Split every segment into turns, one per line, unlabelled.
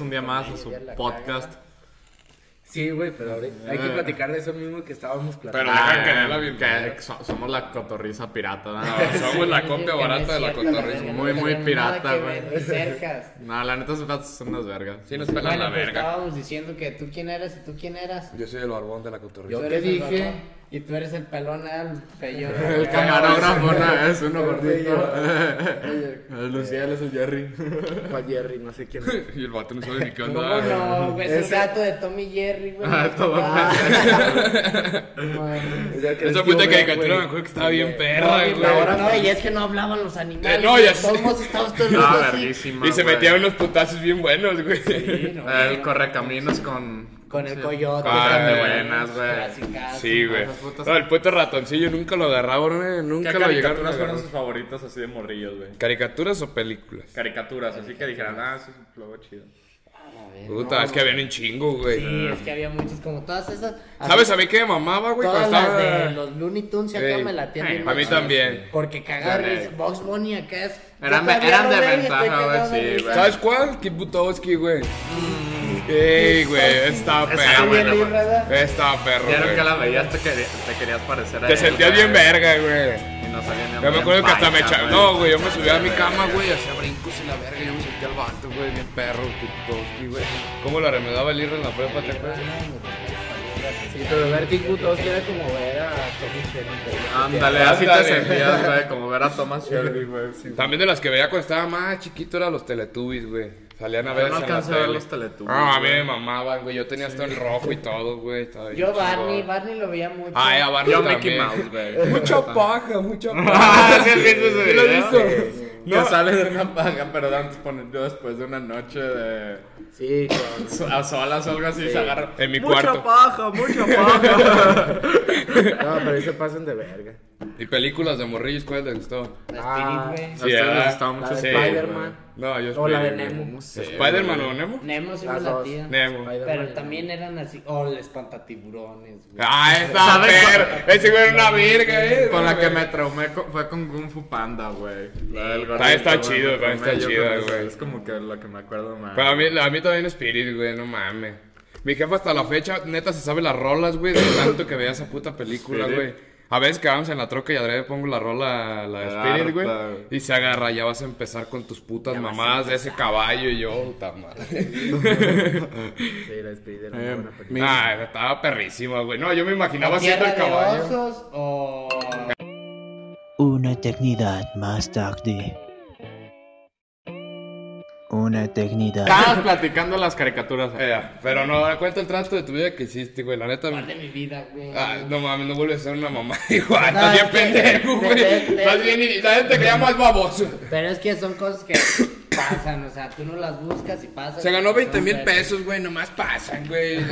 un día más a su
Comedia, la
podcast.
caga. Sí, güey, pero ahorita hay que platicar de eso mismo que estábamos
Pero
platicando.
dejan que dé la
Ah,
bienvenida.
que so- somos la cotorriza pirata. ¿no?
Somos Pues la copia barata de la cotorriza.
Muy, muy pirata, güey.
Ni cercas.
No, la neta se son unas vergas.
Sí, nos pelan
Bueno,
la
pues
verga.
estábamos diciendo que tú quién eras y tú quién eras.
Yo soy el barbón de la
Yo
cotorriza.
Tú
te
eres el
dije.
barbón Y tú eres el pelón, ah, el feyón.
El camarógrafo no es uno
Yo
gordito.
fui
El Luciel es el Jerry.
Juan Jerry, no sé quién es.
Y el vato no sabe ni qué
¿Cómo
onda.
no, güey? Es el
Ese-
gato de Tommy Jerry, güey.
Ah, todo
No, mames.
O sea, que
Esa
es
puta
tío,
caricatura me
güey.
acuerdo que estaba bien
No,
perra,
y
güey.
luego- no, y es que no hablaban los animales.
Eh, no, ya
güey.
sé. Ah,
Todos estaban todos
No,
así.
verguísima.
Y se
güey.
metían unos putazos bien buenos, güey.
Sí, no,
El
no.
correcaminos con.
Con el coyote. Ah,
Ah, de
también.
buenas, güey.
Clasicazo.
Sí, güey.
esas putas-
No, el puto ratoncillo nunca lo agarraron, eh. Nunca
¿Qué
lo llegaron a
caricaturas
agarrar.
fueron sus favoritas así de morrillos, güey?
¿Caricaturas o películas?
Caricaturas, así que dijeran, ah, eso es un logo chido.
A ver,
Puta,
no,
es que habían un chingo, güey.
Sí, es que había muchas, como todas esas.
¿Sabes a mí qué me mamaba, güey?
Todas
Cuando
las
estaba-
de los Looney Tunes y acá
Ey,
me la
ey,
tienen.
a mí también.
Porque cagar
Dale.
es Box Bunny acá es.
Eran
Yo
de-
todavía
eran de
lo veo y estoy
ventaja, güey,
cagado de
sí,
risa.
güey.
¿Sabes cuál? Kim Butowski, güey. Ey, güey, estaba
Mm. Esa era
perro.
buena,
pues,
güey.
güey.
Estaba perro,
Vieron que
güey.
la veías, te, quería- te querías parecer a
Te
él,
sentías
güey.
bien verga, güey.
Y no sabían
Yo me acuerdo que hasta me
echaron.
echaron. No, güey, yo me subía a mi cama, güey, hacía brincos y la verga. Yo me sentía al vato, güey, bien perro, Kim Butowski, güey. ¿Cómo lo remedaba el irra en la prepa, te acuerdas?
Sí, pero ver King Butos era como ver a Tommy Shelby. güey.
Ándale, así te
Ándale.
sentías, güey, como ver a Thomas Shelby, güey. sí.
También de las que veía cuando estaba más chiquito eran los Teletubbies, güey. Salían a
Yo
veces
no
en la
alcancé a ver
tele.
los Teletubbies,
No, a mí
güey.
me mamaban, güey. Yo tenía hasta el rojo y todo, güey. estaba bien
Yo
chingón.
Barney, Barney lo veía mucho.
Ay, a Barney
Yo
también.
Mickey Mouse, güey.
Mucha paja, mucha
Ah,
paja.
¿sí has visto ese
¿Sí lo
video?
has visto?
Que sale de una paja, pero antes ponen yo después de una noche de
Sí, con-
so- a solas o algo así, se agarra.
En mi
mucha
cuarto.
paja, mucha paja.
No, pero ahí se pasan de verga.
¿Y películas de morrillos cuál les gustó?
Ah,
Ah,
Sí,
Sí,
a ustedes les
ah,
gustaba mucho
la de
ese-
Spider-Man.
No, yo
O la de
Spider-Man.
Nemo.
¿Spider-Man o Nemo?
Nemo sí me
Las
la
dos.
tía.
Nemo.
Pero también eran así. Oh, el espantatiburones, güey.
Ah, esta
¿Sabe
perra. Ese güey era una verga, eh.
Con la que me
Verga.
traumé co- fue con Kung Fu Panda, güey. La del
Ah, está
gordito, güey,
chido,
me
güey, está
traumé yo
chido,
con eso.
güey.
Es como que lo que me acuerdo más.
Pero a mí, a mí también Spirit, güey, no mames. Mi jefa hasta la fecha, neta, se sabe las rolas, güey, de tanto que veía esa puta película,
Spirit.
güey. A veces quedamos en la troca y adrede pongo la rola, la de Spirit, güey.
Harta, güey.
Y se agarra, ya vas a empezar con tus putas mamadas de ese caballo y yo, puta madre.
Sí, la Spider era
Eh,
una buena película.
Ah, estaba perrísima, güey. No, yo me imaginaba
¿O
siendo el
Tierra de
caballo.
Osos o.
Una eternidad más tarde. Una eternidad.
Estabas platicando las caricaturas.
Eh, pero no, ahora cuenta el trato de tu vida que hiciste, güey. La neta,
Parte de mi vida, güey.
Ah, no mames, no vuelves a ser una mamá igual.
No,
Estás bien
es que-
pendejo,
de-
güey.
de- de-
Estás bien y la gente te creía más baboso.
Pero es que son cosas que pasan, o sea, tú no las buscas y pasan.
Se ganó 20
Son
mil
ver-
pesos, güey, nomás pasan, güey.
¿Qué?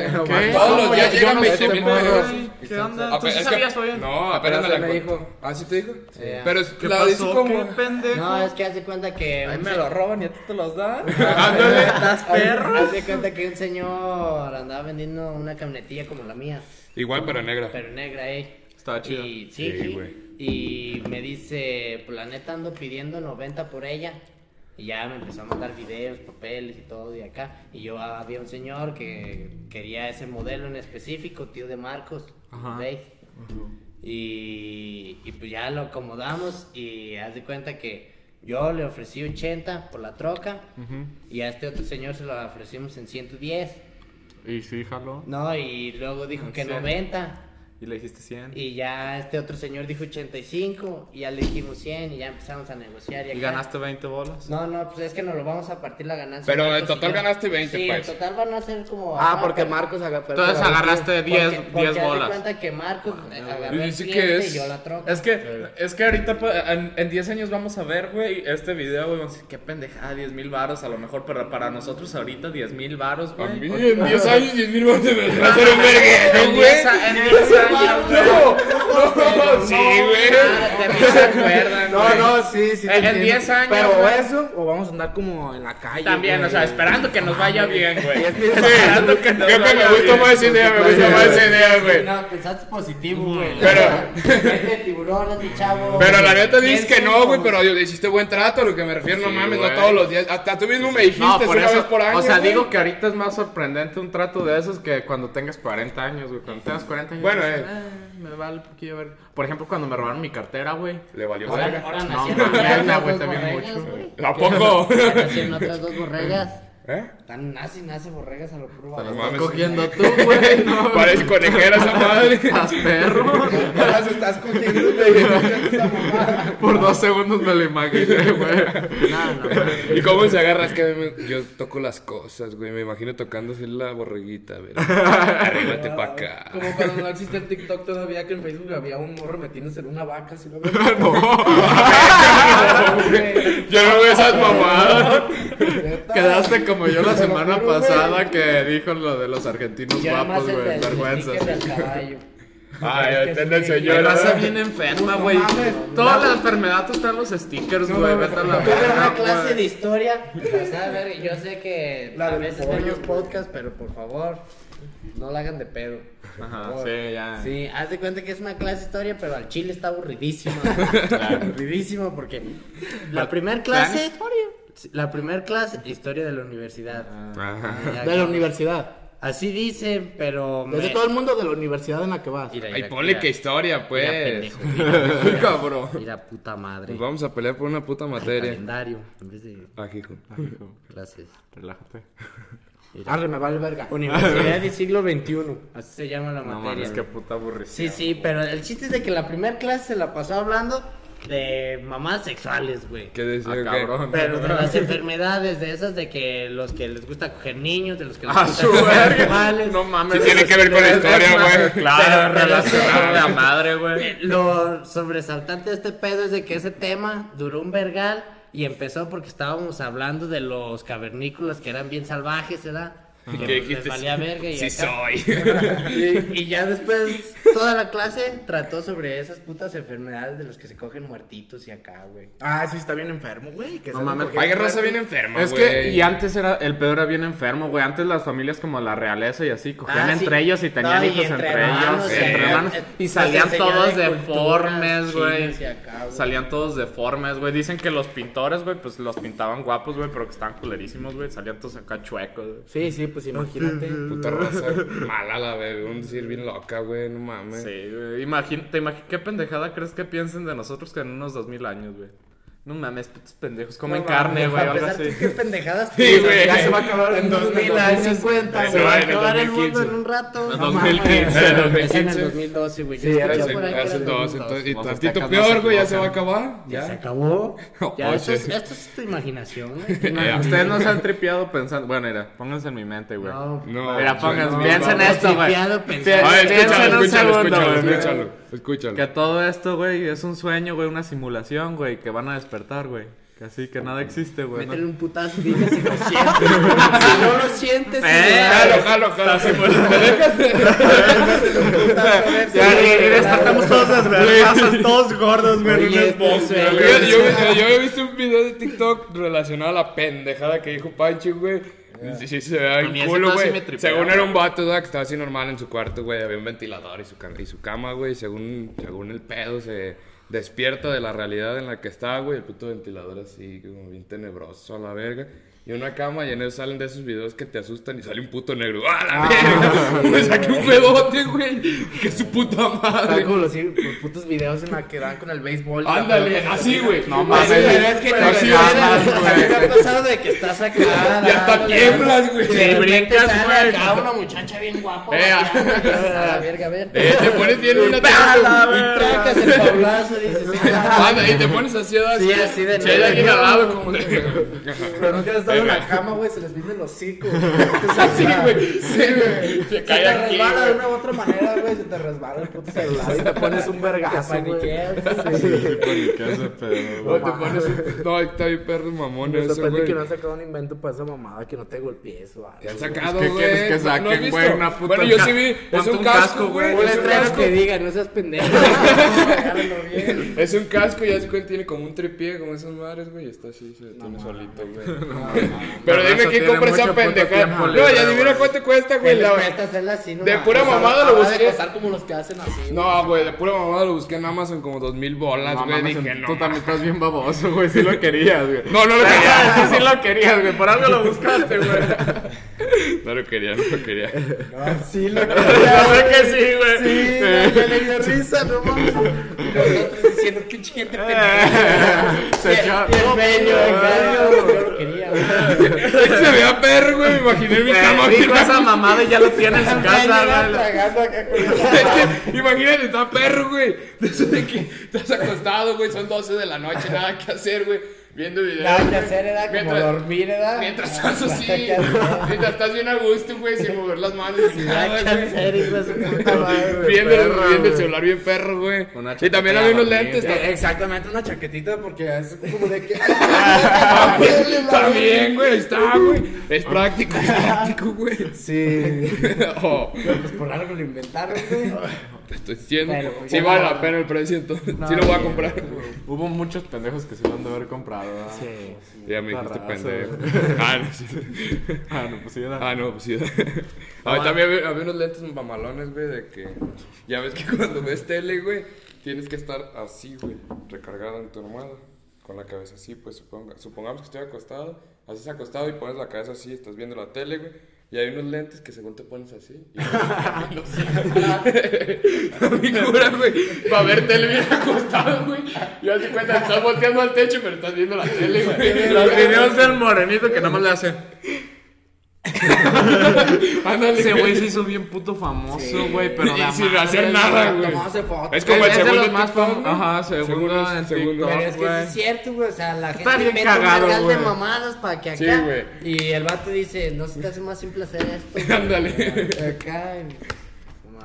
Todos los
No,
días
yo-
llegan
yo no
20 mil
sé cómo
pesos.
es.
¿Qué onda?
Ape-
Entonces
es que-
sabías, oye.
No, apenas me
Apenas
la
me
dijo. ¿Ah, sí te dijo?
Sí.
Pero es-
¿Qué
la dice
pasó? ¿Qué
como...
pendejo?
No, es que haz de cuenta que.
Ahí
un
me
se-
lo roban y a ti te los dan.
Ándale.
haz- Haz de cuenta que un señor andaba vendiendo una camionetilla como la mía,
Igual, pero negra.
pero negra, eh.
Estaba chido.
Y, sí,
Sí,
sí.
güey.
Y me dice, pues la neta ando pidiendo 90 por ella. Y ya me empezó a mandar videos, papeles y todo y acá. Y yo ah, había un señor que quería ese modelo en específico, tío de Marcos.
Ajá.
¿veis? Y, y pues ya lo acomodamos y haz de cuenta que yo le ofrecí 80 por la troca y a este otro señor se lo ofrecimos en 110.
Y sí, jaló.
No, y luego dijo que
Sí.
90.
Y le dijiste 100.
Y ya este otro señor dijo 85 y ya le dijimos 100 y ya empezamos a negociar. ¿Y,
¿Y
acá.
ganaste 20 bolas?
No, no, pues es que nos lo vamos a partir la ganancia.
Pero
Marcos
en total
y yo.
ganaste 20,
sí,
pues.
en total van a ser como...
Ah,
ajá,
porque
pero-
Marcos agarró.
Entonces agarraste
porque-
10,
porque
10
haz de
bolas.
cuenta que Marcos eh, agarró el
Dice que
cliente
es-
y yo la troca.
Es que, es que ahorita pues, en, en 10 años vamos a ver, güey, este video, güey, vamos a decir, qué pendejada, 10 mil varos, a lo mejor, pero para nosotros ahorita 10 mil varos,
A mí
güey.
en 10 años 10 mil botes me va a hacer un verguero,
En 10
güey.
a- en 10 años, güey.
pero
sí,
no,
güey.
nada, de mí se acuerdan,
No,
güey.
no, sí, sí. te
En- en
entiendo.
10 años,
Pero
güey.
eso, o vamos a andar como en la calle.
También,
güey.
o sea, esperando que nos vaya bien, güey.
Y es mi-
Esperando que nos
Creo que me
vaya
gusta
bien.
más esa idea, me gusta más esa idea, güey.
No, pensaste positivo, güey.
Pero-
Vete, tiburones, mi chavo.
Pero la neta dices que
Piensen
no, güey,
con-
pero yo hiciste buen trato, a lo que me refiero, no
Sí,
mames,
güey.
no todos los días. Hasta tú mismo me dijiste
No,
es
por
una
eso.
vez por año.
o sea,
güey.
digo que ahorita es más sorprendente un trato de esos que cuando tengas 40 años, güey. Cuando tengas 40 años,
Bueno,
dices,
eh.
me vale un poquillo ver. Por ejemplo, cuando me robaron mi cartera, güey.
Le valió
Ahora,
verga.
ahora
No,
nacieron
mames,
otras
me
dos
agüita bien
borregas,
mucho,
güey.
¿A poco?
Ya Nacieron otras dos borregas.
¿Eh?
Tan nace, nace borregas a lo puro.
Te lo
barro.
estás
mames.
cogiendo tú, güey. No, Ah,
Parece conejera esa madre.
Estás perro.
Las estás cogiendo de
Por dos segundos me lo imaginé, güey.
No, no, no.
¿Y cómo se agarra? Es que a mí me- yo toco las cosas, güey. Me imagino tocando así la borreguita, güey. Arrímate pa' acá.
Como cuando no existe el TikTok todavía, que en Facebook había un morro metiéndose en una vaca, si lo ves.
Yo no veo esas mamadas.
Quedaste como yo la semana pasada que dijo lo de los argentinos
Yo nada
guapos,
más el
güey.
del
Vergüenza.
sticker del caballo.
Ay, entiende el
La
señor. ¿eh?
raza
¿verdad?
bien enferma, güey.
mames.
Toda la enfermedad está en los stickers, güey. Vete a la
Tuve
verga,
una clase Ah, de
güey.
historia. O sea, a ver, yo sé que
La
a
del
veces
pollo,
ven los
güey.
podcasts, pero por favor, no la hagan de pedo. por
Ajá,
favor.
sí, ya.
Sí, haz de cuenta que es una clase de historia, pero al chile está aburridísima. aburridísima porque la primer clase. Sí, La primer clase, historia de la universidad.
Ajá.
Ya,
De la
ya.
universidad.
Así dicen, pero.
Pues
Desde
me-
todo el mundo de la universidad en la que vas.
Mira,
Ay,
mira,
ponle
mira.
que historia,
Mira,
pues.
pendejo, mira, mira.
Cabrón.
Mira, puta madre.
Nos vamos Pues a eh. pelear por una puta materia. Ah,
Calendario, en vez de
Ajijo.
clases.
Relájate.
Arre, me vale verga.
Universidad del siglo XXI, así se llama la
No
materia.
mames, qué puta aburrición.
Sí, sí, pero el chiste es de que la primera clase se la pasó hablando de mamás sexuales, güey.
¿Qué decía?
Ah,
qué?
cabrón.
Pero de las enfermedades, de esas de que los que les gusta coger niños, de los que les
A
gusta
Ah, su
coger
verga.
animales.
No mames.
Sí tiene que ver con la
Es-
historia,
es más,
güey.
Claro,
Pero-
relacionado de la madre, güey.
Eh, Lo sobresaltante de este pedo es de que ese tema duró un vergal y empezó porque estábamos hablando de los cavernícolas que eran bien salvajes, ¿verdad? Que
¿Qué
les
dijiste?
valía verga y
Sí
acá.
soy.
Y, y ya después toda la clase trató sobre esas putas enfermedades de los que se cogen muertitos y acá, güey.
Ah, sí, está bien enfermo, güey. que
No
se-
mames.
Hay raza bien enferma,
Es
güey.
que, y antes era, el pedo era bien enfermo, güey. Antes las familias como la realeza y así, cogían
Ah, sí.
entre ellos y tenían
No, y
hijos
entre
entre,
hermanos,
ellos,
sí.
entre hermanos.
Eh,
Y
les
salían
enseñaba
todos
de
deformes,
culturas
güey.
chinas y acá, güey.
Salían todos deformes, güey. Dicen que los pintores, güey, pues los pintaban guapos, güey, pero que estaban culerísimos, güey. Salían todos acá chuecos, güey.
Sí, sí, pues imagínate.
Puta raza mala la bebé, un decir bien loca, güey, no mames.
Sí, güey. Imagín- te imagi- ¿Qué pendejada crees que piensen de nosotros que en unos 2000 años, güey? No mames, putos pendejos, comen carne, güey,
Para
o algo
empezar,
así.
¿tú qué pendejadas
Sí,
piensas?
güey.
Ya se va a acabar en 2000 años.
50,
Se
güey.
va
Va a
en el
acabar el mundo
2015.
en un rato.
En
No mames.
2015, en
Empecé en el
2015.
2012, güey. Yo
Sí,
escuché
Hace,
por ahí que era
hace
el
dos,
2012.
entonces, y
Vamos a
tantito
sacarnos
peor,
el
güey, ya
boca.
se va a acabar.
Ya se
Ya.
acabó. Ya,
Oh,
esto, es,
sí.
esto es tu imaginación,
Mira,
güey.
Ustedes no se han tripeado pensando. Bueno, mira, pónganse en mi mente, güey.
No.
No.
Mira, pónganse,
no.
piensen
no,
esto, güey.
tripeado pensando.
Pi-
A ver,
Piensen
escúchalo,
un
escúchalo,
segundo,
escúchalo,
güey.
escúchalo, escúchalo.
Que todo esto, güey, es un sueño, güey, una simulación, güey, que van a despertar, güey. Que así que nada existe, güey. ¿no?
Métele un putazo y dile si lo sientes. si no lo sientes,
Eh,
Jalo, jalo, jalo. ¿Me dejas?
Y despertamos todos desvergazos, todos gordos, güey.
Oye,
en un box,
pues,
güey.
Yo, yo- yo he visto un video de TikTok relacionado a la pendejada que dijo Panchi, güey. Sí, sí, se ve
A mí
en
ese
culo,
pedo sí
güey.
me tripeó,
Según
güey.
era un vato, ¿verdad? que estaba así normal en su cuarto, güey. Había un ventilador y su, ca- y su cama, güey. Según, según el pedo, se despierta de la realidad en la que está, güey. El puto ventilador así, como bien tenebroso a la verga. Y una cama, y en eso salen de esos videos que te asustan y sale un puto negro. ¡Ah, la verga! Me saqué un pedote, güey. Que su puta madre.
Como los, los putos videos en la que dan con el béisbol.
Ándale, así, güey.
No mames.
Así, güey.
Es que te
Así,
lo-
güey.
me ha pasado de que estás acá.
Y hasta tiemblas, güey.
Y de repente
brincas,
sale
güey.
acá una muchacha bien guapa.
Vea.
bailando, A la verga, a ver.
Eh, te pones bien una
¡Pala,
tabla.
güey!
Trancas el paulazo, dices.
Anda, y te pones así,
Sí, así de
Che, de aquí
nuevo.
al lado, como de.
Pero nunca has estado están en la cama, güey, se les vienen los hocico. Sí, güey. Sí, güey. Se te
cae aquí,
resbala de
güey.
una u otra manera, güey. Se te resbala el puto celular y te pones un vergazo, güey. Sí.
¿Qué hace pedo,
No,
güey?
te pones un- no, está bien perro mamón
Me
eso,
sorprende
güey.
que no han sacado un invento para esa mamada que no te golpees o algo.
Te han sacado,
¿Qué
güey.
quieres que
¿No- no has
saquen,
visto?
güey? Una puta
Bueno, yo
ca-
sí vi. Es
ponte
un
un
casco,
casco,
güey.
güey.
Un
es un
letrero
casco.
que diga, no seas pendejo.
Es un casco, ya se cuenta, tiene como un tripié, como esas madres, güey. y Está así, se detiene solito, güey. Pero
La
dime quién
raza tiene
compra esa
mucho puto
pendejada.
tiempo
No,
libre,
ya adivina
güey.
cuánto cuesta, güey.
Güey,
la-
la neta, hacerla así, no
De
mames.
pura
O sea,
mamada lo
acaba de
busqué.
pasar como los que hacen así.
No, güey, de pura mamada lo busqué en Amazon como dos mil bolas,
No,
güey.
mames,
Dije, no.
tú también estás bien baboso, güey. Sí lo querías, güey.
No, no lo quería.
sí lo querías, güey. Por algo lo buscaste, güey.
No lo quería, no lo quería.
Sí, lo
Yo
que
sé que sí, güey.
sí, güey, le dio risa, no mames.
Nosotros diciendo, pinche gente pendeja.
Se echó. Ah.
El bello, el bello. Yo lo quería, güey.
Se veía perro, güey. Me imaginé en mi cama.
Dijo
güey.
esa mamada y ya lo tiene en su casa, güey.
Es que, imagínate, está perro, güey. De eso de que estás acostado, güey. Son 12 de la noche, nada que hacer, güey. Viendo videos.
Nada que
güey.
hacer era como
Mientras-
dormir, era.
Mientras estás así,
Nada que hacer. Ah,
mientras estás bien a gusto, güey, sin mover las manos, sin
Nada
nada,
que
güey.
hacer, hijo de su puta madre.
Viendo,
perro,
viendo el
güey.
celular bien perro, güey.
Una
Y también
chaqueta
había unos
dormida.
lentes.
Eh, Exactamente, una chaquetita porque es como de que.
Está bien, güey, está, güey. Es práctico, es práctico, güey.
Sí.
Oh,
Pues por algo lo inventaron, güey.
te estoy diciendo.
Bueno, pues
Sí
ya.
vale la pena el precio, entonces. Sí lo voy a comprar.
Hubo muchos pendejos que se lo han de haber comprado, ¿verdad?
Sí.
Ya me
La
dijiste
raza,
este pendejo.
güey.
Ah, no, sí.
Ah, no, pues sí, era.
Ah, no, pues sí. A ver, también había, había unos lentes mamalones, güey, de que. Ya ves que cuando ves tele, güey, tienes que estar así, güey, recargado en tu almohada. Con la cabeza así, pues suponga- supongamos que estoy acostado, haces acostado y pones la cabeza así, estás viendo la tele, güey. Y hay unos lentes que según te pones así. Y y los- A mi cura, güey. Para ver tele bien acostado, güey. Y así cuenta, estás volteando al techo, pero estás viendo la tele, güey.
Los videos del morenito que nada más le hacen.
Ándale,
Ese güey se hizo bien puto famoso, güey, pero
Y
la
sin
madre,
hacer nada, güey.
Tomarse fotos.
Es como el
Es de los
segundo
más
TikTok,
fam-
¿no?
Ajá, segundo en
segundo.
Pero
TikTok.
es que sí
güey.
es cierto, güey. O sea, la gente
Está bien
inventa un
cagado,
vergal de
güey.
mamadas para que acá.
Sí, güey.
Y el vato dice, no se te hace más simple hacer esto. güey?
Ándale.
Acá.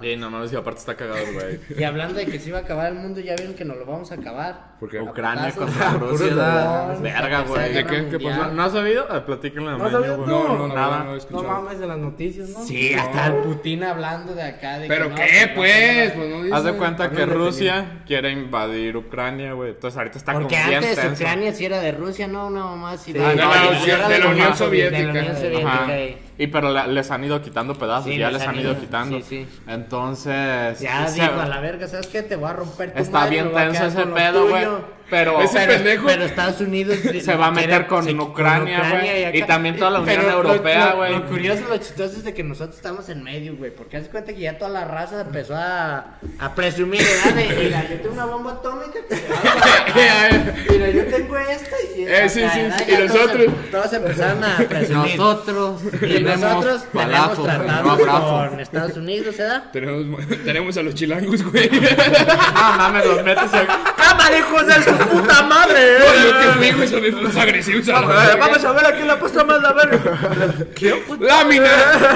Sí, no mames, y aparte está cagado, güey.
Y hablando de que se iba a acabar el mundo, ya vieron que nos lo vamos a acabar.
¿Por qué?
A
Ucrania
putazos.
contra Rusia.
dolor,
la- Verga,
la
güey.
Tercera
¿De qué? ¿Qué
Guerra
¿No,
Mundial.
no has sabido? Ah, Platíquenlo en
¿No has
medio,
sabido
güey.
tú?
No, no,
nada.
nada. No, he
No
escuchado.
mames de las noticias, ¿no?
Sí, hasta el Putin hablando de acá. De que
¿Pero
no, que
qué,
no,
pues?
que no.
Pues no dice.
Haz de cuenta que
Ándale,
Rusia quiere invadir Ucrania, güey. Entonces ahorita está como
Porque
bien
antes
tenso.
Ucrania sí era de Rusia, ¿no? Una mamá así.
Ah, no,
y-
no,
y
sí,
era
de la Unión
mamá,
Soviética.
De la Unión Soviética.
Ajá.
y-
Y pero la- les han ido quitando pedazos,
Sí,
ya
les
les
han
han ido
ido,
quitando.
sí, sí.
Entonces,
Ya
o sea,
dijo, a la verga, ¿sabes qué? Te voy a romper tu
está
madre,
bien
me voy a
tenso
quedar
ese
con lo
pedo, güey.
tuyo.
Pero
Ese
Pero,
pendejo.
pero Estados Unidos
Se va a meter
quiere-
con Ucrania, güey,
acá.
y también toda la Unión
Pero lo-
Europea,
lo-
güey.
Lo curioso, lo chistoso es de que nosotros estamos en medio, güey. Porque haz de cuenta que ya toda la raza empezó a, a presumir, ¿verdad? De, mira, yo tengo una bomba atómica que te va a matar. Mira, yo tengo esta y
Eh, sí,
acá,
sí,
¿verdad?
sí,
Ya
y
todos
nosotros.
em- Todos empezaron a presumir.
Nosotros
Y
tenemos
nosotros tenemos
palazos, no
tratados
abrazos.
con Estados Unidos, ¿verdad?
Tenemos, tenemos a los chilangos, güey.
no mames, los metes en-
¡Cámara, hijos de su puta madre!
eh.
Por lo que fui, güey, son bien putos agresivos. a la verga.
Vamos a ver a quién le ha puesto más la verga.
¡Lámina!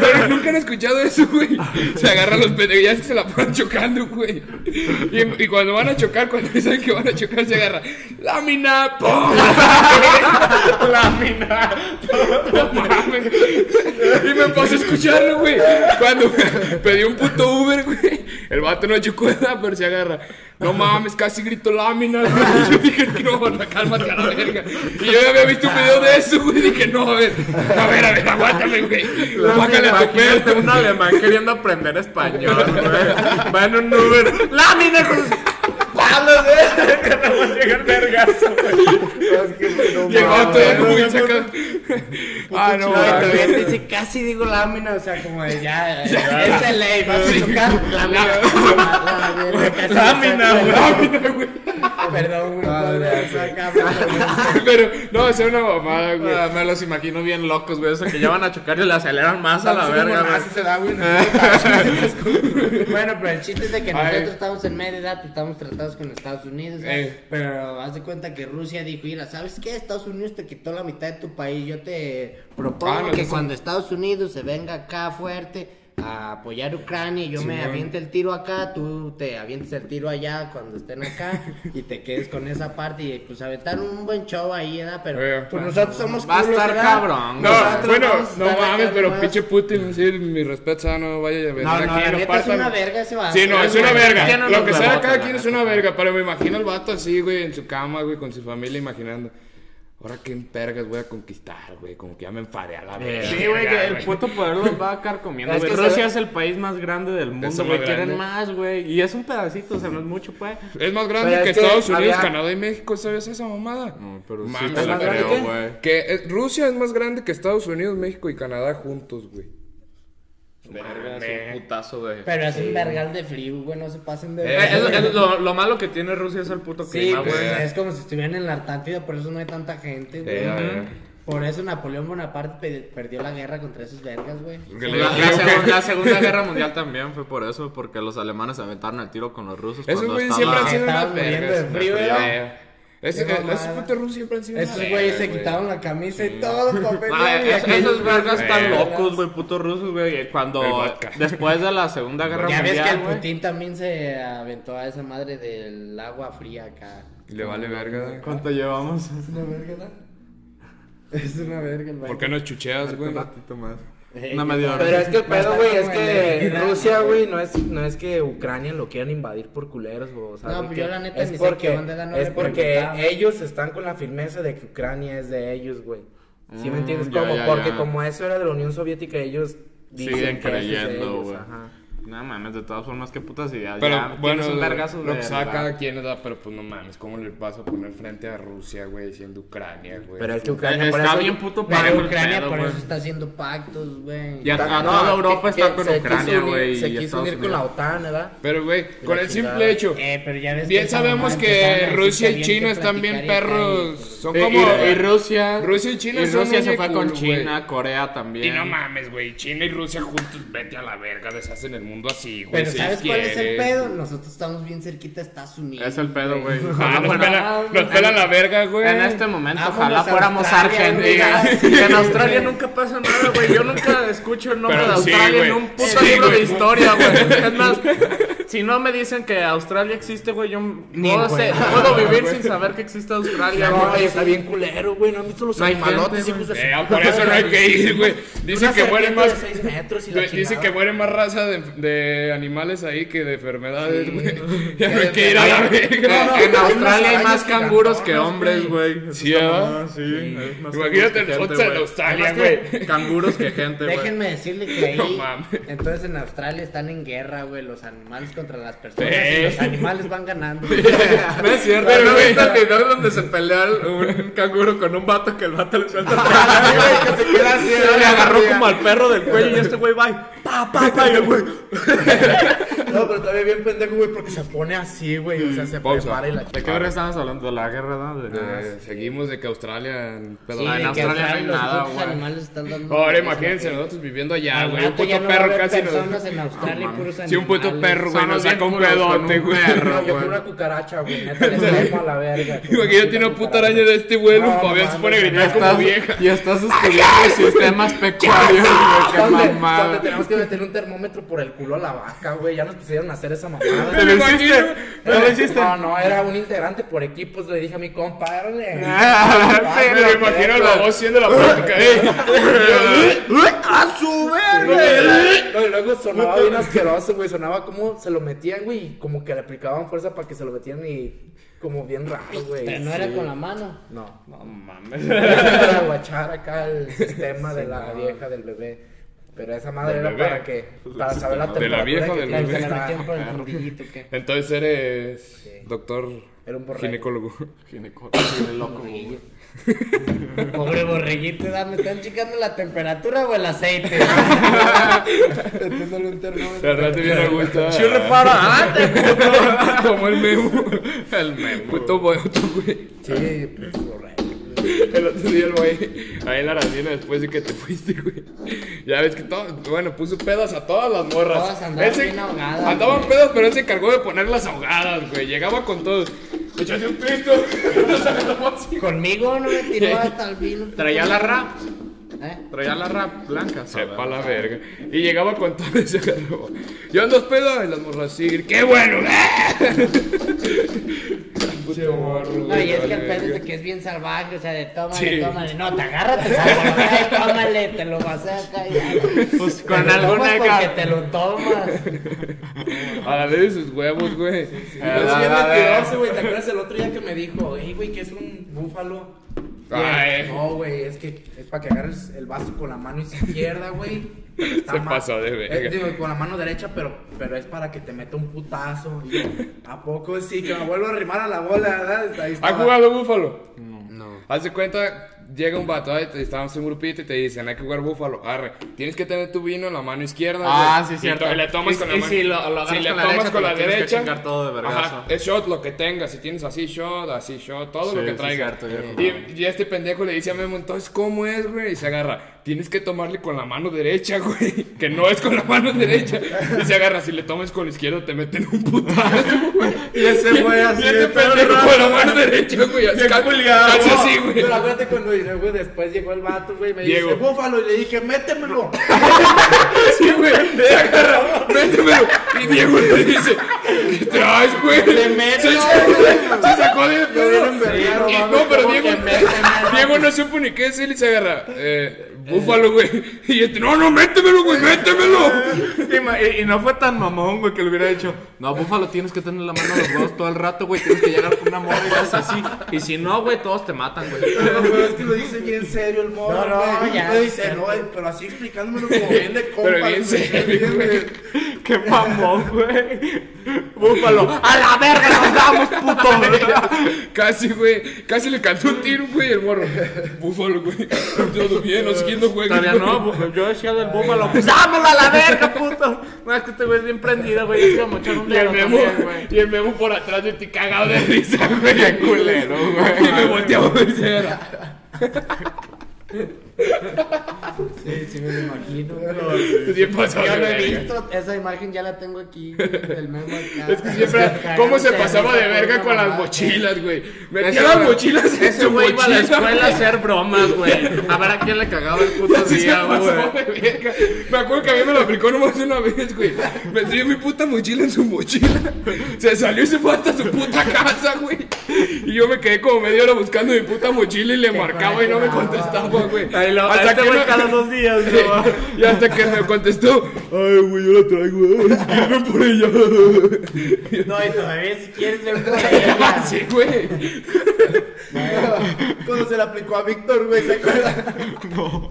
Pero nunca han escuchado eso, güey. Se agarran los pendejos. Ya es que se la van chocando, güey. Y, y cuando van a chocar, cuando saben que van a chocar, se agarra. ¡Lámina! ¡Pum! ¡Lámina! ¡No mames! Y me pasó a escucharlo, güey. Cuando pedí un puto Uber, güey. El vato no chocó nada, pero se agarra. No mames, casi grito lámina. güey. Yo dije que no, bueno, cálmate a la verga. Y yo ya había visto un video de eso, güey. Dije, no, a ver, a ver, a ver, aguántame, güey. Bájale a tu
Imagínate
pedo.
un alemán queriendo aprender español, güey. Va en un Uber. ¡Lámina, hijos de su-
eh.
Y el vato ya como bien sacado. Ah, no,
No, y
güey.
todavía te dice casi digo lámina, o sea, como de ya, eh, es de ley, vas a tocar lámina. La- la- la- casi
Lámina,
me
güey.
saco de-
Lámina, güey.
Perdón, güey, pobre, saca, perdón.
Pero, no, es una mamada, güey.
Ah, Me los imagino bien locos, güey. O sea, que ya van a chocar y le aceleran más a la verga, güey.
se da, güey.
Bueno, pero el chiste es de que
Ay.
nosotros estamos en media edad, pues estamos tratados con Estados Unidos, ¿no?
Ey.
pero haz de cuenta que Rusia dijo, mira, ¿sabes qué? Estados Unidos te quitó la mitad de tu país, yo te propongo
Ah, no,
que
eso-
cuando Estados Unidos se venga acá fuerte a apoyar a Ucrania y yo me
Simón.
aviente el tiro acá, tú te avientes el tiro allá cuando estén acá y te quedes con esa parte y pues aventar un buen show ahí, ¿verdad? Pero
Ey.
pues, nosotros somos
Va a
culos,
estar
¿verdad?
cabrón,
Eh. No,
Nosotros
bueno,
vamos a
no
estar acá
mames, pero
nomás.
pinche Putin, decir mi respeto, ah, no vaya a venir
No, no,
aquí,
la
nos
neta es
partan.
una verga ese vato.
Sí, no, es una
Ya
verga.
no
Lo
nos
que sea,
rebota,
cada
la
quien es
neta.
una verga. Pero me imagino al vato así, güey, en su cama, güey, con su familia, imaginando. Ahora qué vergas voy a conquistar, güey. Como que ya me enfadé a la verga.
Sí, güey, que el
güey.
puto poder los va a carcomiendo.
Es
güey.
que se
Rusia
ve-
es el país más grande del mundo,
más
güey. Quieren
grande.
más, güey. Y es un pedacito, o sea, no es mucho, pues.
Es más grande
Pero
que
es que
Estados Unidos,
había-
Canadá y México, ¿sabes esa mamada?
No, pero sí
Mames,
te la
¿es más grande
creo,
qué?
güey.
Que eh, Rusia es más grande que Estados Unidos, México y Canadá juntos, güey.
Verga, es un putazo de.
Pero es un vergal de frío, güey, no se pasen de...
Eh, es- es lo, lo malo que tiene Rusia es el puto
Sí,
clima,
pues,
güey.
es como si estuvieran en la Antártida, por eso no hay tanta gente, güey.
Eh, eh.
Por eso Napoleón Bonaparte pe- perdió la guerra contra esos vergas, güey.
Porque
La,
le-
la
digo que-
segun- la Segunda Guerra Mundial también fue por eso, porque los alemanes se aventaron el tiro con los rusos.
Esos
cuando
güeyes siempre han
estaba-
sido
Estaban
unas
muriendo
vergas.
de frío, ¿verdad?
Fría. Ese-
Qué
eh, Esos
mamada.
putos rusos siempre han sido
Esos
unas
güeyes
vergas,
se
güey.
quitaron la camisa y todo el papel.
Ah,
güey, y
es-
aquellos
esos vergas están
vergas.
locos, güey, putos rusos, güey.
El
Cuando
vodka.
después de la Segunda Guerra
Ya ves que
Mundial,
el
güey,
Putin también se aventó a esa madre del agua fría acá.
Le vale verga.
¿Cuánto llevamos?
Es una verga, ¿no? Es una verga, el
¿Por qué no chucheas, güey?
más.
Eh,
Una media hora.
Pero es que el pedo, güey, es que
Bastante,
Rusia,
güey.
güey, no es, no es que Ucrania lo quieran invadir por culeros, o sea,
No,
de
pues
que
yo la neta
es
ni sé
porque,
qué onda, no
Es
le
porque
preguntaba.
ellos están con la firmeza de que Ucrania es de ellos, güey. ¿Sí
Mm,
me entiendes?
ya,
Como,
ya,
porque
ya.
como eso era de la Unión Soviética, ellos dicen
Siguen
que eso es de
creyendo,
ellos,
güey.
ajá.
No mames, de todas formas, qué putas ideas.
Pero
ya,
bueno,
tienes un vergazo
lo
de
que saca cada
rival.
quien es pero pues no mames, ¿cómo le vas a poner frente a Rusia, güey, siendo Ucrania, güey?
Pero es que Ucrania, por
Está
eso-
bien puto
Pero
parejo el
Ucrania
pedo,
por
güey.
eso está haciendo pactos, güey.
Y a, a
No,
toda
que-
Europa
Ah, que
está con
se quiso
Ucrania,
unir-
güey.
Se
y
quiso
Estados
unir con la
Unidos.
OTAN, ¿verdad?
Pero, güey,
La
con el
chingada.
simple hecho,
Eh, pero ya ves
bien
esa
sabemos
mamá empezaron
que
a decir
Rusia y
había
China
que
están bien
platicar y acá
perros.
y-
Son
Y-
como.
Y, y Rusia.
Rusia y China
Y
son
Rusia
muy
se fue
cool,
con
güey.
China, Corea también.
Y no mames, güey, China y Rusia juntos, vete a la verga, deshacen el mundo así, güey.
Pero
si
¿sabes cuál es el
quieres.
pedo? Nosotros estamos bien cerquita de Estados Unidos.
Es el pedo, güey.
Ah,
Ojalá
Pues
nos,
fuera-
pela, nos pela la verga, güey.
En este momento,
Vámonos
ojalá
a
fuéramos
Australia,
Argentina.
güey.
Sí, en Australia nunca pasa nada, güey. Yo nunca escucho el nombre
Pero
de
sí,
Australia
güey.
en un puto
Sí,
libro de
güey.
historia, güey. Es más, si no me dicen que Australia existe, güey, yo puedo,
güey.
ser- puedo vivir sin saber que existe Australia,
No,
güey.
güey, está bien culero, güey. No han visto los
No hay
animalotes,
gente, güey.
hijos de su
Eh, por eso no hay que ir, güey. Dicen
Una
que muere
serpiente de
más.
seis metros y la
Güey, Dice
chingada.
que muere más raza de, de animales ahí que de enfermedades, güey. Ya no hay que ir a la
En-
verga.
en
no,
Australia hay
unas
más
arañas
canguros que
gigantonas,
hombres, güey.
Sí, ¿verdad?
Sí, hay más
Imagínate
canguros que
el
gente,
Fonsa en
güey.
Australia,
Hay más que
güey.
Canguros que gente, güey.
Déjenme decirle que ahí,
No mames.
entonces en Australia están en guerra, güey, los animales contra las personas
Sí.
y los animales van ganando.
No es cierto,
Pero,
¿no
güey.
viste el video donde se pelea un canguro con un vato que el vato le suelta
que se queda así,
Se le
güey,
agarró
así,
como al perro del cuello y este güey va y pa, pa, pa, y el güey.
No, pero todavía bien pendejo, güey, porque se pone así, güey. O sea, se
Pausa.
prepara y la
¿De qué
chingada.
verga estamos hablando? ¿De la guerra, no? De-
Eh, Seguimos de que Australia. en pedo-
Sí,
Ah,
de
en
que
Australia no hay
los
nada,
putos
güey.
animales están dando
Ahora imagínense nosotros viviendo allá,
Al
güey. Un
rato
puto
ya no va a
perro
haber
casi
personas
nos.
en Australia, puros
Si un puto
animales.
perro, güey,
Somos
nos
bien
saca un
culos con
pedote,
un
güey.
perro.
No, yo con una cucaracha, güey. Neta, le estorbo a la verga. con una
Imagínate
puta
una puta
cucaracha.
araña de este vuelo.
No,
Fabián se
mames,
pone a
Ya
gritar como
estás,
vieja.
ya estás estudiando sistemas pecuarios, güey. Qué
¿Dónde,
mamada.
dónde tenemos que meter un termómetro por el culo a la vaca, güey. Ya nos pusieron a hacer esa
¿Te
mamada.
lo
Me
hiciste?
imagino.
¿Te lo hiciste?
No, no, era un integrante por equipos. Le dije a mi compadre.
Ah, sí,
Me
no,
imagino la voz siendo la eh. práctica.
¡A su verga! No, y luego sonaba bien asqueroso, güey. Sonaba como se lo metían, güey. Y como que le aplicaban fuerza para que se lo metieran y. Como bien raro, güey.
Pero no
sí.
era con la mano.
No.
No mames.
Era para guachar acá el sistema de la vieja del bebé. Pero esa madre
Del
era
bebé.
para que. Para saber la
De la
temperatura.
vieja
que
del
La
tiene
bebé.
que
el
se la metían
carajo.
por el fundillito, ¿qué?
Entonces eres
Sí.
doctor
Era un borrego.
ginecólogo.
Borreguillo. Pobre borreguito, da, me están checando la temperatura o el aceite.
Metiéndole un termómetro.
La verdad te bien a gusto. Ah,
para
Como el memo. El memo. Puto boyoto, güey.
Sí, pues correcto.
El otro día el güey, ahí en la racina después de que te fuiste, güey. Ya ves que todo, bueno, puso pedas a todas las morras.
Todas andaban
Él se-
bien ahogadas,
Andaban
güey.
pedas, pero él se encargó de ponerlas ahogadas, güey. Llegaba con todos. Échate un pito.
Conmigo no me tiró hasta el vino.
Traía la rap.
¿Eh?
Traía la rap blanca.
Sepa la verga. Y llegaba con todo ese agarró. Yo ando pedo y las morras sí. ¡Qué bueno! ¿eh?". Puto morro,
No, y es
güey,
que el
vale,
pedo es de
verga.
que es bien salvaje, o sea, de tómale,
Sí.
tómale. No, te agárrate, sácalo, güey, tómale, te lo vas a acá. y-
Pues
Te
con
lo
alguna
tomas
ca-
porque te lo tomas.
A la vez de sus huevos, güey. Ah,
Yo soy bien
A ver.
eh.
mentiroso, güey. ¿Te acuerdas el otro día que me dijo, hey, güey, que es un búfalo? Y él,
Ay.
No, güey, es que es para que agarres el vaso con la mano izquierda, güey. pero está
Se
mal.
pasó de verga.
Eh, digo, con la mano derecha, pero, pero es para que te meta un putazo. Y yo, ¿A poco sí? Que me vuelvo a arrimar a la bola, ¿verdad? Ahí
¿Ha
estaba.
jugado búfalo?
No.
Haz de cuenta, llega un vato y estamos en un grupito y te dicen, hay que jugar búfalo. Arre, tienes que tener tu vino en la mano izquierda.
Ah,
güey. Y
sí, cierto.
to- le tomas
Y-
con la
y
mano.
si lo- lo agarras
si le
con la
tomas
derecha,
con
te
la
lo tienes que
derecha,
chingar todo de vergazo.
ajá, es shot lo que tengas. Si tienes así shot, así shot, todo
Sí,
lo que
sí,
traiga.
cierto, viejo.
y, y este pendejo le dice a Memo, entonces, ¿cómo es, güey? Y se agarra, tienes que tomarle con la mano derecha, güey. Que no es con la mano derecha. Y se agarra, si le tomas con la izquierda, te meten un putazo, güey.
Y ese güey así
Y este
de perro.
pendejo con la mano derecha, güey. Así ca- casi así, güey.
Pero acuérdate cuando dice, güey, después llegó el vato, güey, me
Diego.
dice, búfalo, y le dije, métemelo.
Sí, güey. Se agarra, métemelo. Y Diego le dice, ¿qué traes, güey? Le meto. Se, se sacó de pedo.
dieron vergüenza,
Y-
mames,
no, pero
¿cómo
Diego,
que métemelo?
Diego no supo ni qué decir y se agarra. Eh, búfalo, güey. Y este, no, no, métemelo, güey, métemelo.
Y, ma- y- y no fue tan mamón, güey, que le hubiera dicho, no, búfalo, tienes que tener la mano a los huevos todo el rato, güey, tienes que llegar con una morra y cosas así. Y si no, güey, todos te matan, güey.
Pero, pero es que lo dice bien serio el morro,
No, no,
güey.
ya,
Lo dice,
cierto.
no, eh, pero así explicándomelo como bien de compa.
Pero bien
güey,
serio,
bien,
güey.
güey.
Qué mamón, güey. Búfalo, a la verga nos damos, puto,
Casi, güey. Casi le cantó un tiro, güey, el morro. Búfalo, güey. Todo bien, no sé quién no juega.
Todavía
güey.
no, bu- yo decía del búfalo, pues dámelo a la verga, puto. No, es que este güey es bien prendido, güey, es como echar un
Y el,
dedo
memo,
también, güey.
y el memo por atrás de ti cagado de risa, güey. Qué culero, güey. Y me volteaba a ver si era.
Sí, sí, me lo imagino.
Bien pasado
Yo
de
lo he
verga.
visto, esa imagen ya la tengo aquí, güey, del memo acá.
Es que siempre, ¿cómo se pasaba de verga con las mochilas, güey? Metía
Ese
las
güey-
mochilas en
Ese
su
güey iba a la
mochila,
escuela a
güey.
hacer bromas, güey. A ver a quién le cagaba el puto
Sí, se
día,
pasó
güey.
de verga. Me acuerdo que a mí me lo aplicó nomás una vez, güey. Metí mi puta mochila en su mochila. Se salió y se fue hasta su puta casa, güey. Y yo me quedé como media hora buscando mi puta mochila y le marcaba y no me contestaba, güey.
Ahí lo-
Hasta
este
que
güey
no-
cada dos días,
Sí.
güey.
Y hasta que me contestó, ay, güey, yo la traigo, eh, ven por ella.
No, y todavía si quieres ver por ella.
Sí, güey. Oh
Cuando se le aplicó a Víctor, güey, ¿se acuerdan?
A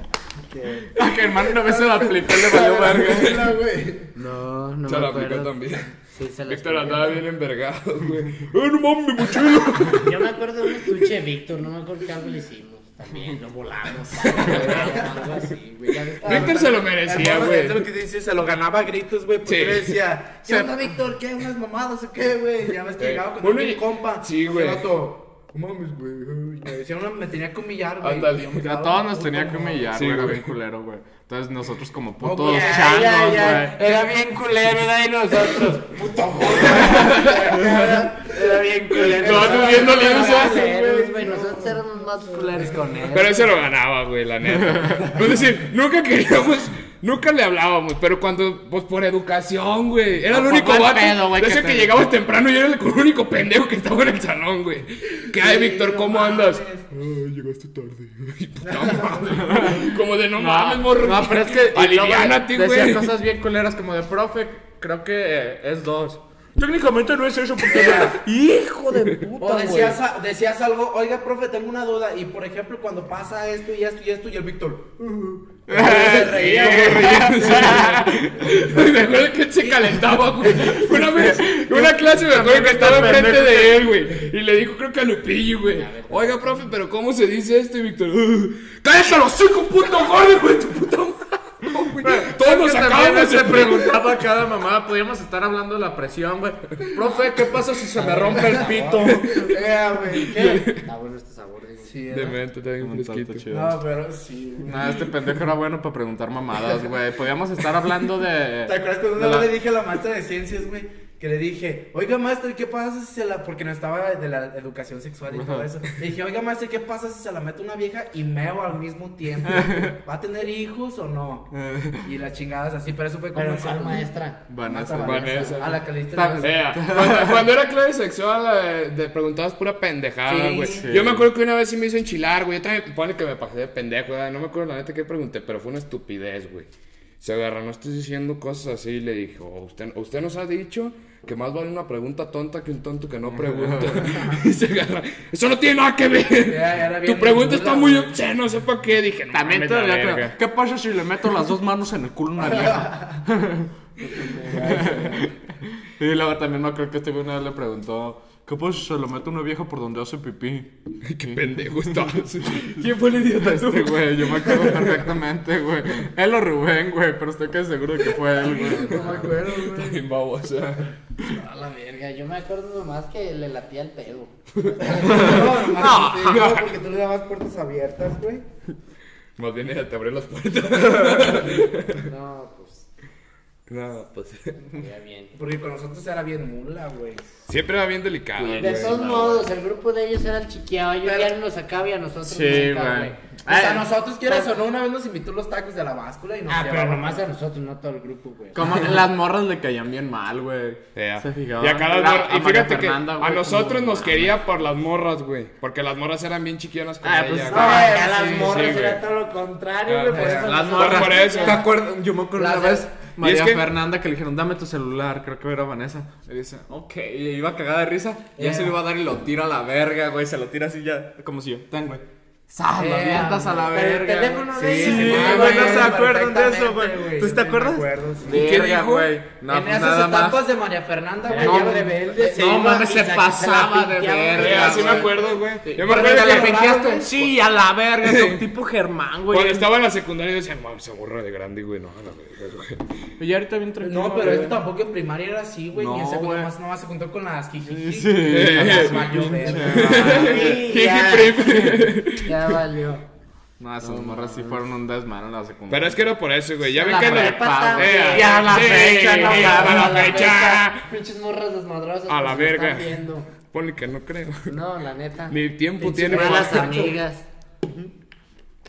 Ah, que hermano una vez se la aplicó y le valió verga.
No, güey.
No, no
Se
me
la aplicó
acuerdo.
también.
Sí, se la
Víctor
aplicó.
andaba bien envergado, güey. ¡Eh, no mames, mi mochila!
Yo me acuerdo de un estuche de Víctor, no me acuerdo qué algo le hicimos. También lo volamos. algo así, güey. Ya ves que-
Víctor se lo
El
merecía,
morro,
güey.
es lo que dice, se lo ganaba a gritos, güey, porque
Sí.
le decía, ¿qué
Se-
onda, Víctor? ¿Qué? ¿Unas mamadas o qué, güey? Ya ves que
Eh,
llegaba con
uno
un
y-
compa.
sí,
y el
güey.
vato, "No mames, güey. ay". Me decía, "No, me tenía que humillar, güey.
Ándale,
Y yo me
A
quedaba
todos nos
puto
tenía que
mamón.
humillar,
Sí,
güey, era
güey.
bien culero, güey. Entonces nosotros como
No,
putos
güey,
changos,
ya,
güey.
ya.
Era bien culero, era y nosotros.
Era bien culero.
Nosotros viendo
Nosotros
lienzos.
éramos culeros, güey, Nosotros éramos más culeros con él.
Pero ese lo ganaba, güey, la neta. Es decir, nunca queríamos, nunca le hablábamos, pero cuando, pues por educación, güey. Era el
No,
único
por mal
vato.
pedo, güey,
de
que
ese
te-
que llegabas temprano y era el único pendejo que estaba en el salón, güey. ¿Qué hay, Víctor? ¿Cómo andas? Ay, llegaste tarde. Ay, puta madre. Como de no, mames, morro.
No, pero es que. y luego
Aliviánate, güey.
Decía cosas bien culeras como de profe, creo que eh, es dos. Técnicamente no es eso porque.
Hijo de puta,
O decías, a- decías algo, oiga, profe, tengo una duda. Y por ejemplo, cuando pasa esto y esto y esto, y el Víctor. "Ujú". Y se reía, güey.
Ay, me acuerdo que se calentaba, güey. Una vez, una clase me acuerdo que estaba enfrente de él, güey. Y le dijo, creo que a Lupillo, güey. Oiga, profe, pero ¿cómo se dice esto? Y Víctor, "Ugh". cállate los cinco puto gordo, güey, tu puta madre. Todos nos
Es que
acabamos
también
de
se preguntaba cada mamá, podíamos estar hablando de la presión, güey. Profe, ¿qué pasa si se me rompe el pito?
Eh, güey.
Está bueno este sabor, digo.
Sí,
De
¿verdad?
mente, también
Un tanto
fresquito.
chido.
No, pero sí. güey.
Nah, este pendejo era bueno para preguntar mamadas, güey. Podíamos estar hablando de.
¿Te acuerdas cuando
de
una
la-
vez le dije a la maestra de ciencias, güey? Que le dije, oiga, maestra, ¿qué pasa si se la.? Porque no estaba de la educación sexual y todo eso. Le dije, oiga, maestra, ¿qué pasa si se la mete una vieja y meo al mismo tiempo? ¿Va a tener hijos o no? Y las chingadas así, pero eso fue como.
Pero
en
¿cuál
segundo.
maestra?
Vanessa.
Maestra
Vanessa.
A la que le diste
Tan
la-
Fea. Eh, Cuando, cuando era clave sexual, eh, te preguntabas pura pendejada,
Sí.
güey.
Sí.
Yo me acuerdo que una vez sí me hizo enchilar, güey. Yo también, pone que me pasé de pendejo, ¿verdad? no me acuerdo la neta que pregunté, pero fue una estupidez, güey. Se agarra, no estoy diciendo cosas así y le dijo, usted, usted nos ha dicho que más vale una pregunta tonta que un tonto que no pregunta. y se agarra, eso no tiene nada que ver.
Ya, era bien
tu pregunta está
nula,
muy
güey.
obscena, no sé para qué. Dije, no,
También
mames,
te
la
la-
verga.
¿Qué pasa si le meto las dos manos en el culo a una vieja? y luego también me acuerdo que este güey una vez le preguntó: ¿Qué pasa si se lo meto a una vieja por donde hace pipí?
Qué pendejo estás. ¿Quién fue el idiota este,
Este
güey?
güey, yo me acuerdo perfectamente, güey. Él o Rubén, güey, pero estoy casi seguro de que fue él, güey.
No me acuerdo, güey.
Bien babosa.
A la verga, yo me acuerdo nomás que le latía el pedo.
No, nomás te digo, porque tú le dabas puertas abiertas, güey.
Más bien ella te abrió las puertas.
No, pues,
No, pues.
ya bien.
Porque con nosotros era bien mula, güey.
Siempre era bien delicado.
Pues,
De todos modos, el grupo de ellos era el chiquiao, ellos ya nos sacaba y a nosotros
Sí,
nos sacaba,
güey.
O sea, nosotros, quieras o no, una vez nos invitó los tacos de la báscula y nos
Ah, pero
llevaba-
nomás a nosotros, no a todo el grupo, güey.
Como las morras le caían bien mal, güey.
Ea.
Se fijaban.
y acá las
La-
morras-
a
y
María
fíjate que
Fernanda,
a
güey,
nosotros
como- "Ah,
nos quería por las morras, güey. Porque las morras eran bien chiquillonas con
Ah, pues
ella,
No,
güey.
güey,
a
sí,
las morras
sí,
era
güey.
todo lo contrario,
Ah,
güey. Por
pues,
eso
Las
nos-
morras.
Por eso.
¿Te acuerdas? Yo me acuerdo una
Las-
vez. María
que-
Fernanda que le dijeron, dame tu celular. Creo que era Vanessa. Le dice, ok. Y iba cagada de risa. Y ya se lo iba a dar y lo tira a la verga, güey. Se lo tira así ya. Como si yo. Tan, güey. ¡Sas! Lo
Eh,
avientas a la
pero el
verga.
teléfono
güey.
de
Sí,
ella se
sí,
mueve,
güey. No se
güey,
acuerdan de eso,
perfectamente,
güey.
yo
¿Tú
sí
te
me
acuerdas?
acuerdo, sí.
¿Y qué
Verga,
dijo?
güey. No,
en
pues
esas
nada
etapas
más.
de María Fernanda, güey,
No,
ya
mames,
rebelde.
no mames, se
la-
pasaba de
pinteaba,
verga,
güey.
Sí, así me
güey.
acuerdo, güey. Yo me
Pero
acuerdo
te
que
la piqueaste.
cuando-
Sí, a la verga. como Tipo Germán,
Cuando
güey.
estaba en la secundaria decían, mami, se borra de grande, güey. No, a la verga, güey.
Y ahorita bien tranquilo.
No, pero esto
güey.
tampoco en primaria era así, güey. ni en
No,
secundaria
güey.
más nomás se juntó con las jijiji.
Sí.
Las valió verga.
Sí, ya, ya valió.
No, esas morras sí fueron un desmano en la secundaria.
Pero es que era por eso, güey. Ya ven
La
que la-
prepa también.
Eh,
Y a la
sí,
fecha, no
y
mames,
a
A
la fecha.
Pinches morras desmadrosas.
A
pues,
la
lo están
verga.
viendo.
Ponle que no creo.
No, la neta.
Mi tiempo
Pinches
tiene
malas
para-
amigas.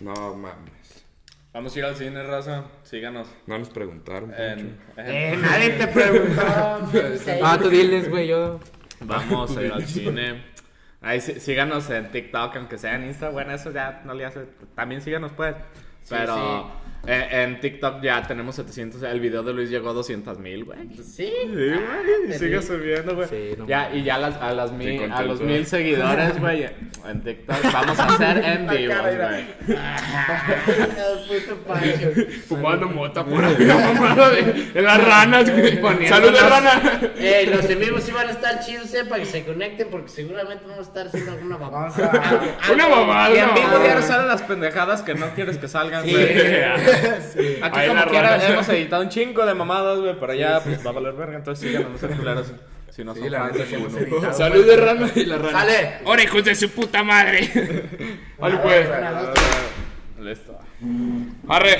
No mames.
Vamos a ir al cine, raza. Síganos.
No nos preguntaron.
En, en-
Eh, nadie te preguntaba.
Ah, tú diles, güey, yo.
Vamos a ir al cine. Ahí sí- síganos en TikTok, aunque sea en Insta. Bueno, eso ya no le hace. También síganos, pues. Pero eh, en TikTok ya tenemos 700. El video de Luis llegó a 200 mil, güey.
Sí.
Sí,
Ah,
güey. Y
te
sigue
vi.
subiendo, güey.
Sí, no
ya, y ya las- a, las mil,
Estoy
a los
contento.
mil seguidores, güey, en TikTok vamos a hacer en vivo, güey.
El puto Pancho.
Fumando mota por ahí, mamá, de, de las ranas, güey.
Poniendo
Saludos,
las-
rana.
Ey, los en vivo sí van a estar chidos, eh, para que se conecten, porque seguramente vamos a estar haciendo alguna babada. Ah,
Vamos a-
Una
Y en
mamada.
vivo
mamá.
diario salen las pendejadas que no quieres que salgan, güey. Aquí
Ahí la
como quiera
raza.
hemos editado un chingo de mamadas, güey, pero ya pues va a valer verga, entonces síganos no sean culeros si no son
la
fans pues,
neta,
de
sí,
uno.
sí.
Saludos, rana y la rana.
Sale.
Ahora, hijos de su puta madre. Al güey.
Una, dos,
Listo.
pues. Arre.